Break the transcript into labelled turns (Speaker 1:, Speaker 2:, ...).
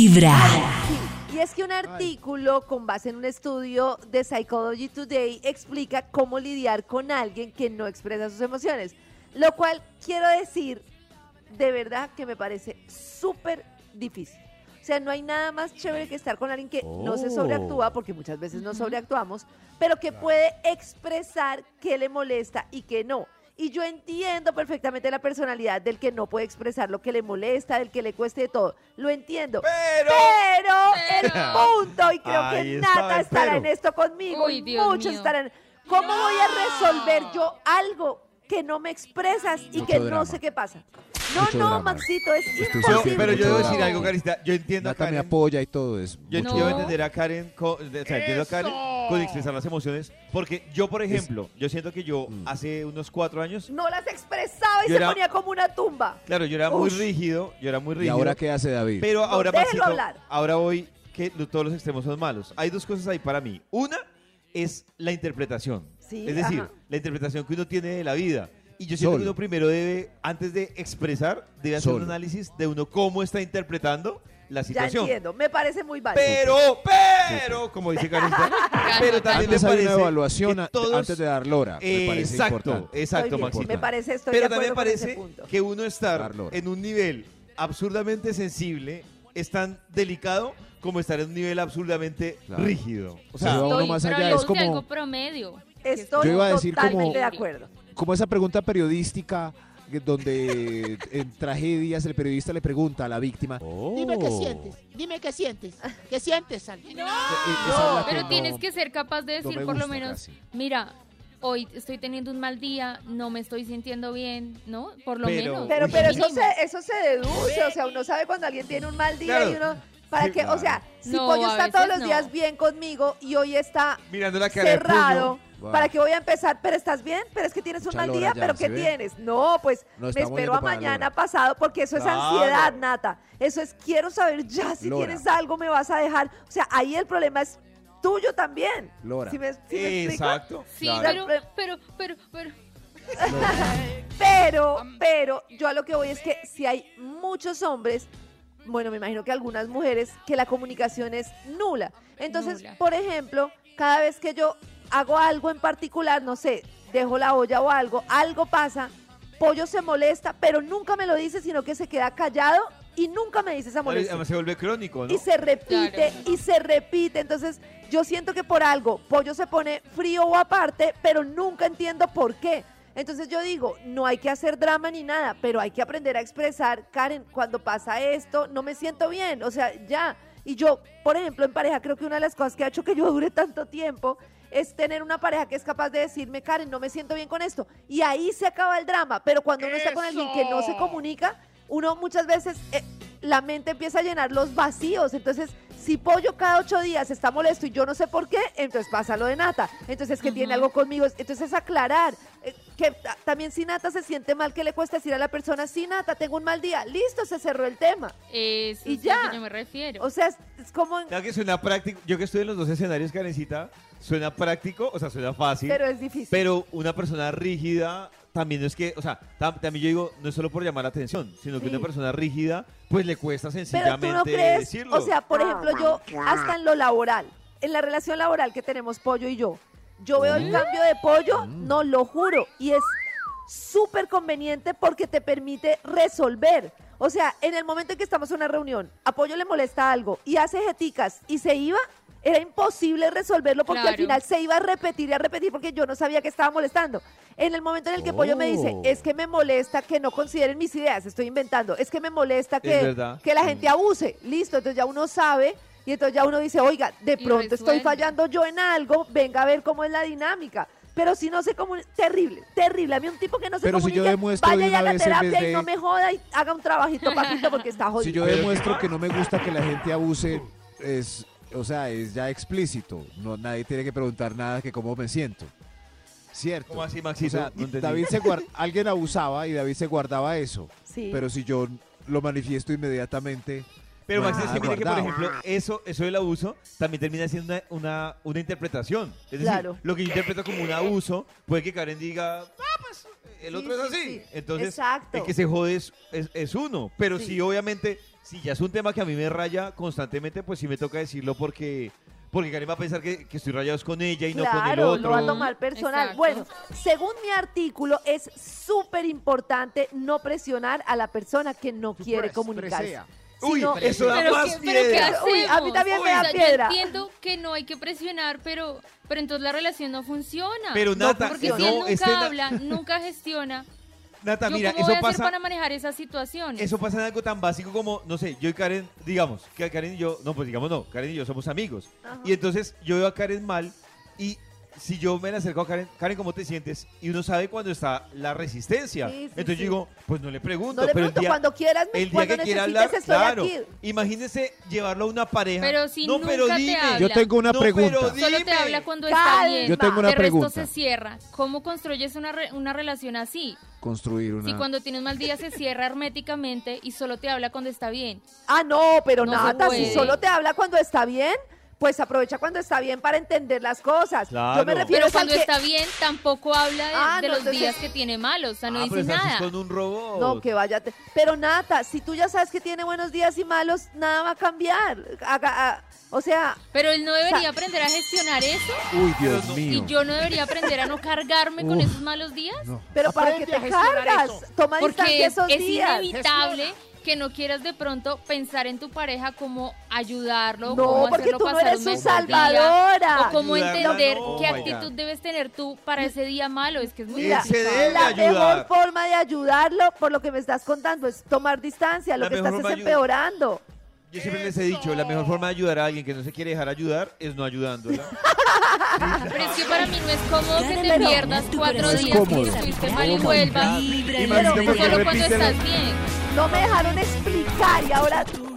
Speaker 1: Vibra.
Speaker 2: Y es que un artículo con base en un estudio de Psychology Today explica cómo lidiar con alguien que no expresa sus emociones. Lo cual quiero decir, de verdad que me parece súper difícil. O sea, no hay nada más chévere que estar con alguien que no se
Speaker 3: Oh.
Speaker 2: sobreactúa, porque muchas veces no sobreactuamos, pero que puede expresar qué le molesta y qué no. Y yo entiendo perfectamente la personalidad del que no puede expresar lo que le molesta, del que le cueste de todo. Lo entiendo.
Speaker 3: Pero.
Speaker 2: Pero el
Speaker 4: Pero.
Speaker 2: punto, y creo
Speaker 3: Ahí
Speaker 2: que
Speaker 3: está
Speaker 2: Nata
Speaker 3: el
Speaker 2: estará
Speaker 3: pero.
Speaker 2: en esto conmigo,
Speaker 4: Uy,
Speaker 2: y
Speaker 4: Dios
Speaker 2: muchos
Speaker 4: mío.
Speaker 2: estarán. ¿Cómo voy a resolver yo algo que no me expresas y
Speaker 5: Mucho
Speaker 2: que no
Speaker 5: drama.
Speaker 2: sé qué pasa? No,
Speaker 5: Mucho
Speaker 2: no,
Speaker 5: drama. Pues
Speaker 2: Maxito, es
Speaker 5: Estoy
Speaker 2: imposible.
Speaker 5: sintiendo
Speaker 3: pero yo debo
Speaker 5: mucho
Speaker 3: decir
Speaker 5: drama.
Speaker 3: algo, Carita. Yo entiendo a
Speaker 5: Nata me
Speaker 3: Karen.
Speaker 5: apoya y todo es
Speaker 3: Yo
Speaker 5: mucho
Speaker 4: No.
Speaker 3: quiero
Speaker 5: drama.
Speaker 3: entender a Karen, co- o sea, entiendo a Karen con expresar las emociones, porque yo, por ejemplo, yo siento que yo
Speaker 5: Mm.
Speaker 3: hace unos cuatro años,
Speaker 2: No las expresaba y
Speaker 3: Yo
Speaker 2: se
Speaker 3: era-
Speaker 2: ponía como una tumba.
Speaker 3: claro, yo era muy
Speaker 2: Ush.
Speaker 3: rígido, yo era muy
Speaker 5: ¿Y
Speaker 3: rígido.
Speaker 5: ahora qué hace David?
Speaker 3: Pero
Speaker 2: No,
Speaker 3: ahora,
Speaker 2: déjelo
Speaker 3: Maxito,
Speaker 2: hablar.
Speaker 3: ahora voy que lo- todos los extremos son malos. Hay dos cosas ahí para mí. Una es la interpretación.
Speaker 2: Sí,
Speaker 3: es decir,
Speaker 2: ajá.
Speaker 3: la interpretación que uno tiene de la vida. Y yo siento que
Speaker 5: Solo.
Speaker 3: uno primero debe, antes de expresar, debe hacer un
Speaker 5: Solo.
Speaker 3: análisis de uno cómo está interpretando la
Speaker 2: Ya
Speaker 3: situación.
Speaker 2: entiendo, me parece muy válido.
Speaker 3: Pero, pero, como dice Carita, pero también
Speaker 5: antes
Speaker 3: me
Speaker 5: hay
Speaker 3: parece
Speaker 5: una evaluación
Speaker 3: que
Speaker 5: a-
Speaker 3: todos-
Speaker 5: antes de dar lora. me parece
Speaker 3: exacto,
Speaker 5: importante.
Speaker 2: Estoy
Speaker 3: exacto,
Speaker 2: bien,
Speaker 3: Maxito.
Speaker 2: Me parece, estoy
Speaker 3: Pero
Speaker 2: de
Speaker 3: también
Speaker 2: acuerdo con ese
Speaker 3: parece
Speaker 2: punto.
Speaker 3: que uno estar
Speaker 5: Dar lora.
Speaker 3: en un nivel absurdamente sensible es tan delicado como estar en un nivel absurdamente
Speaker 5: Claro.
Speaker 3: rígido. O
Speaker 5: Se
Speaker 3: sea,
Speaker 5: va- uno
Speaker 4: Estoy,
Speaker 5: más
Speaker 4: pero
Speaker 5: allá,
Speaker 4: yo
Speaker 5: es
Speaker 4: de
Speaker 5: como-
Speaker 4: algo promedio.
Speaker 2: Estoy
Speaker 5: Yo iba a decir como-
Speaker 2: totalmente de acuerdo.
Speaker 5: Como esa pregunta periodística que- donde eh, en tragedias el periodista le pregunta a la víctima.
Speaker 6: Dime qué sientes, dime qué sientes, qué sientes, alguien.
Speaker 5: e- esa es la
Speaker 4: Pero
Speaker 5: no-
Speaker 4: tienes que ser capaz de
Speaker 5: no
Speaker 4: decir
Speaker 5: me
Speaker 4: por lo
Speaker 5: gusta
Speaker 4: menos,
Speaker 5: casi.
Speaker 4: mira, hoy estoy teniendo un mal día, no me estoy sintiendo bien, ¿no? Por lo
Speaker 3: Pero-
Speaker 4: menos.
Speaker 2: Pero,
Speaker 3: Uy,
Speaker 2: pero eso
Speaker 4: mínimo.
Speaker 2: se, eso se deduce, o sea, uno sabe cuando alguien tiene un mal día
Speaker 3: Claro.
Speaker 2: y uno... ¿Para
Speaker 3: Sí,
Speaker 2: que, O sea, si
Speaker 4: No,
Speaker 2: Pollo
Speaker 4: a
Speaker 2: está todos
Speaker 4: veces
Speaker 2: los
Speaker 4: no.
Speaker 2: días bien conmigo y hoy está
Speaker 3: mirando la cara de puño.
Speaker 2: cerrado,
Speaker 5: Wow.
Speaker 2: ¿para que voy a empezar? ¿Pero estás bien? ¿Pero es que tienes un
Speaker 5: Mucha
Speaker 2: mal
Speaker 5: lora
Speaker 2: día?
Speaker 5: ya,
Speaker 2: ¿Pero
Speaker 5: ¿sí
Speaker 2: qué
Speaker 5: ve?
Speaker 2: tienes? No, pues
Speaker 5: Nos
Speaker 2: me
Speaker 5: estamos
Speaker 2: espero
Speaker 5: yendo
Speaker 2: a
Speaker 5: para la
Speaker 2: mañana
Speaker 5: lora.
Speaker 2: pasado porque eso es
Speaker 3: Claro.
Speaker 2: ansiedad, Nata. Eso es quiero saber ya si
Speaker 5: Lora.
Speaker 2: tienes algo me vas a dejar. O sea, ahí el problema es tuyo también.
Speaker 5: Lora.
Speaker 2: ¿Sí me, sí me explico?
Speaker 3: Exacto.
Speaker 4: Sí,
Speaker 2: Claro.
Speaker 4: pero, pero, pero, pero,
Speaker 2: Pero, pero, yo a lo que voy es que si hay muchos hombres, bueno, me imagino que algunas mujeres, que la comunicación es nula. Entonces,
Speaker 4: Nula.
Speaker 2: por ejemplo, cada vez que yo hago algo en particular, no sé, dejo la olla o algo, algo pasa, Pollo se molesta, pero nunca me lo dice, sino que se queda callado y nunca me dice esa molestia
Speaker 3: Además se vuelve crónico, ¿no?
Speaker 2: y se repite
Speaker 4: Claro.
Speaker 2: y se repite. Entonces, yo siento que por algo Pollo se pone frío o aparte, pero nunca entiendo por qué. Entonces yo digo, no hay que hacer drama ni nada, pero hay que aprender a expresar, Karen, cuando pasa esto, no me siento bien, o sea, ya. Y yo, por ejemplo, en pareja, creo que una de las cosas que ha hecho que yo dure tanto tiempo es tener una pareja que es capaz de decirme, Karen, no me siento bien con esto. Y ahí se acaba el drama, pero cuando uno está con alguien que no se comunica, uno muchas veces eh, la mente empieza a llenar los vacíos. Entonces, si Pollo cada ocho días está molesto y yo no sé por qué, entonces pasa lo de Nata. Entonces, es que tiene
Speaker 4: Ujú.
Speaker 2: algo conmigo. Entonces, es aclarar. eh, que ta- también si Nata se siente mal, ¿qué le cuesta decir a la persona? Sí, Nata, tengo un mal día. Listo, se cerró el tema.
Speaker 4: eso
Speaker 2: Y
Speaker 4: es a lo
Speaker 2: ya.
Speaker 4: que yo me refiero.
Speaker 2: O sea, es, es como... en-
Speaker 3: Claro que suena práctico. Yo que estoy en los dos escenarios, Karencita, suena práctico, o sea, suena fácil.
Speaker 2: Pero es difícil.
Speaker 3: Pero una persona rígida también es que, o sea, tam- también yo digo, no es solo por llamar la atención, sino que
Speaker 2: Sí.
Speaker 3: una persona rígida, pues le cuesta
Speaker 2: Pero
Speaker 3: sencillamente
Speaker 2: tú no crees,
Speaker 3: decirlo.
Speaker 2: o sea, por ejemplo, yo hasta en lo laboral, en la relación laboral que tenemos Pollo y yo, yo veo el cambio de Pollo, no lo juro, y es súper conveniente porque te permite resolver. O sea, en el momento en que estamos en una reunión, a Pollo le molesta algo y hace jeticas y se iba, era imposible resolverlo porque al
Speaker 4: Claro.
Speaker 2: final se iba a repetir y a repetir porque yo no sabía que estaba molestando. En el momento en el que Pollo me dice,
Speaker 5: Oh.
Speaker 2: es que me molesta que no consideren mis ideas, estoy inventando, es que me molesta que,
Speaker 3: verdad.
Speaker 2: que la gente abuse. Listo, entonces ya uno sabe y entonces ya uno dice, oiga, de
Speaker 4: Y
Speaker 2: pronto estoy
Speaker 4: resuelve.
Speaker 2: fallando yo en algo, venga a ver cómo es la dinámica. Pero si no se comunica, terrible, terrible. A mí un tipo que no se
Speaker 5: Pero si
Speaker 2: comunica,
Speaker 5: yo demuestro
Speaker 2: vaya
Speaker 5: de
Speaker 2: y
Speaker 5: una
Speaker 2: haga
Speaker 5: vez en vez
Speaker 2: terapia y
Speaker 5: de-
Speaker 2: no me joda y haga un trabajito, papito, porque está jodido.
Speaker 5: Si yo demuestro que no me gusta que la gente abuse, es, o sea, es ya explícito. No, nadie tiene que preguntar nada que cómo me siento. ¿Cierto?
Speaker 3: ¿Cómo así,
Speaker 5: O
Speaker 3: Maxito?
Speaker 5: sea,
Speaker 3: No entendí.
Speaker 5: David se guar- alguien abusaba y David se guardaba eso.
Speaker 2: Sí.
Speaker 5: Pero si yo lo manifiesto inmediatamente,
Speaker 3: Pero
Speaker 5: No
Speaker 3: Max,
Speaker 5: hay
Speaker 3: es
Speaker 5: nada
Speaker 3: que mire que, por
Speaker 5: guardado.
Speaker 3: ejemplo, eso, eso del abuso también termina siendo una, una, una interpretación. Es decir,
Speaker 2: Claro.
Speaker 3: lo que yo interpreto como un abuso, puede que Karen diga, ah, pues el
Speaker 2: Sí,
Speaker 3: otro es
Speaker 2: sí,
Speaker 3: así.
Speaker 2: sí.
Speaker 3: Entonces,
Speaker 2: Exacto.
Speaker 3: el que se jode es, es- es uno. Pero
Speaker 2: Sí.
Speaker 3: si obviamente Sí, ya es un tema que a mí me raya constantemente, pues sí me toca decirlo porque, porque Karen va a pensar que, que estoy rayado es con ella y no con el
Speaker 2: Claro,
Speaker 3: otro.
Speaker 2: lo va a tomar personal.
Speaker 4: Mm, Exacto.
Speaker 2: Bueno, según mi artículo, es súper importante no presionar a la persona que no Ah, quiere
Speaker 5: Supres-
Speaker 2: comunicarse.
Speaker 5: presea.
Speaker 3: Uy,
Speaker 2: sino-
Speaker 3: eso da
Speaker 4: Pero,
Speaker 3: más
Speaker 4: ¿qué, pero ¿qué
Speaker 3: piedra.
Speaker 2: Uy, a mí
Speaker 4: hacemos?
Speaker 2: también me da
Speaker 4: O sea,
Speaker 2: piedra.
Speaker 4: Yo entiendo que no hay que presionar, pero, pero entonces la relación no funciona.
Speaker 3: Pero Nata,
Speaker 4: porque
Speaker 3: no,
Speaker 4: si él nunca
Speaker 3: Estela-
Speaker 4: habla, nunca gestiona,
Speaker 3: Nata,
Speaker 4: ¿yo
Speaker 3: mira,
Speaker 4: cómo
Speaker 3: eso
Speaker 4: voy a hacer
Speaker 3: pasa,
Speaker 4: para manejar esa situación?
Speaker 3: eso pasa en algo tan básico como, no sé, yo y Karen, digamos, que Karen y yo, no, pues digamos no, Karen y yo somos amigos.
Speaker 2: Ajá.
Speaker 3: Y entonces yo veo a Karen mal y si yo me la acerco a Karen, Karen, ¿cómo te sientes? Y uno sabe cuando está la resistencia.
Speaker 2: Sí, sí,
Speaker 3: entonces
Speaker 2: sí.
Speaker 3: yo digo, pues no le pregunto,
Speaker 2: No le
Speaker 3: pero el
Speaker 2: pregunto,
Speaker 3: día,
Speaker 2: cuando quieras, me-
Speaker 3: el día
Speaker 2: cuando
Speaker 3: que quiera
Speaker 2: necesites
Speaker 3: hablar,
Speaker 2: estoy
Speaker 3: claro.
Speaker 2: aquí.
Speaker 3: Imagínese llevarlo a una pareja.
Speaker 4: Pero si
Speaker 3: no, pero
Speaker 4: nunca te
Speaker 3: dime.
Speaker 4: habla.
Speaker 5: Yo tengo una
Speaker 3: No, pero
Speaker 5: pregunta.
Speaker 3: di- Ah,
Speaker 4: Solo te
Speaker 3: dime.
Speaker 4: habla cuando
Speaker 2: Calma.
Speaker 4: está bien.
Speaker 5: Yo tengo una
Speaker 4: de resto
Speaker 5: pregunta.
Speaker 4: se cierra. ¿Cómo construyes una, re- una relación así?
Speaker 5: Construir
Speaker 4: Si
Speaker 5: una.
Speaker 4: cuando tiene un mal día se cierra herméticamente y solo te habla cuando está bien.
Speaker 2: Ah, no, pero
Speaker 4: No se
Speaker 2: Nata, si
Speaker 4: puede.
Speaker 2: solo te habla cuando está bien, pues aprovecha cuando está bien para entender las cosas. Yo me
Speaker 3: Claro.
Speaker 2: refiero
Speaker 4: Pero
Speaker 2: es al
Speaker 4: cuando
Speaker 2: que-
Speaker 4: está bien tampoco habla de,
Speaker 2: Ah,
Speaker 4: de
Speaker 2: no,
Speaker 4: los
Speaker 2: entonces-
Speaker 4: días que tiene malos. O sea, no
Speaker 3: Ah,
Speaker 4: dice
Speaker 5: pues,
Speaker 3: pero estás
Speaker 4: nada.
Speaker 3: con un robot.
Speaker 2: No, que vaya. te- Pero Nata, si tú ya sabes que tiene buenos días y malos, nada va a cambiar. Haga- ah, o sea,
Speaker 4: Pero él no debería
Speaker 2: sea-
Speaker 4: aprender a gestionar eso
Speaker 5: Uy,
Speaker 3: Pero
Speaker 5: Dios
Speaker 3: no-
Speaker 5: mío.
Speaker 4: y yo no debería aprender a no cargarme con
Speaker 5: Uf.
Speaker 4: esos malos días.
Speaker 5: No.
Speaker 2: pero ¿para qué
Speaker 6: Aprende a
Speaker 2: te
Speaker 6: gestionar
Speaker 2: cargas?
Speaker 6: eso.
Speaker 2: Toma
Speaker 4: Porque
Speaker 2: distancia
Speaker 4: es,
Speaker 2: esos
Speaker 4: es
Speaker 2: días.
Speaker 4: inevitable que no quieras de pronto pensar en tu pareja como ayudarlo,
Speaker 2: No,
Speaker 4: como
Speaker 2: porque
Speaker 4: hacerlo
Speaker 2: tú no
Speaker 4: pasar
Speaker 2: eres
Speaker 4: un
Speaker 2: su
Speaker 4: mejor día,
Speaker 5: Ah,
Speaker 2: salvadora.
Speaker 4: o cómo
Speaker 3: Ayudarla,
Speaker 4: entender
Speaker 3: no,
Speaker 4: qué
Speaker 3: my
Speaker 4: actitud
Speaker 3: God.
Speaker 4: debes tener tú
Speaker 5: Mm.
Speaker 4: para ese día malo. Es que es muy
Speaker 2: Mira,
Speaker 3: Se
Speaker 4: complicado.
Speaker 3: debe
Speaker 2: la
Speaker 3: ayudar.
Speaker 2: mejor forma de ayudarlo, por lo que me estás contando, es tomar distancia. Lo
Speaker 3: La
Speaker 2: que
Speaker 3: mejor
Speaker 2: estás es
Speaker 3: forma de ayudar.
Speaker 2: empeorando.
Speaker 3: Yo siempre les he dicho, la mejor forma de ayudar a alguien que no se quiere dejar ayudar es no ayudándola.
Speaker 4: Pero es que para mí no es cómodo que te
Speaker 2: Pero-
Speaker 4: pierdas cuatro
Speaker 5: No es
Speaker 4: días que
Speaker 5: cómodo.
Speaker 4: estuviste mal y
Speaker 5: Oh my
Speaker 4: vuelvas
Speaker 5: God.
Speaker 1: Vibra en
Speaker 5: Imagínate
Speaker 2: Pero-
Speaker 5: porque
Speaker 4: solo cuando
Speaker 5: repiten-
Speaker 4: estás bien.
Speaker 2: No me dejaron explicar y ahora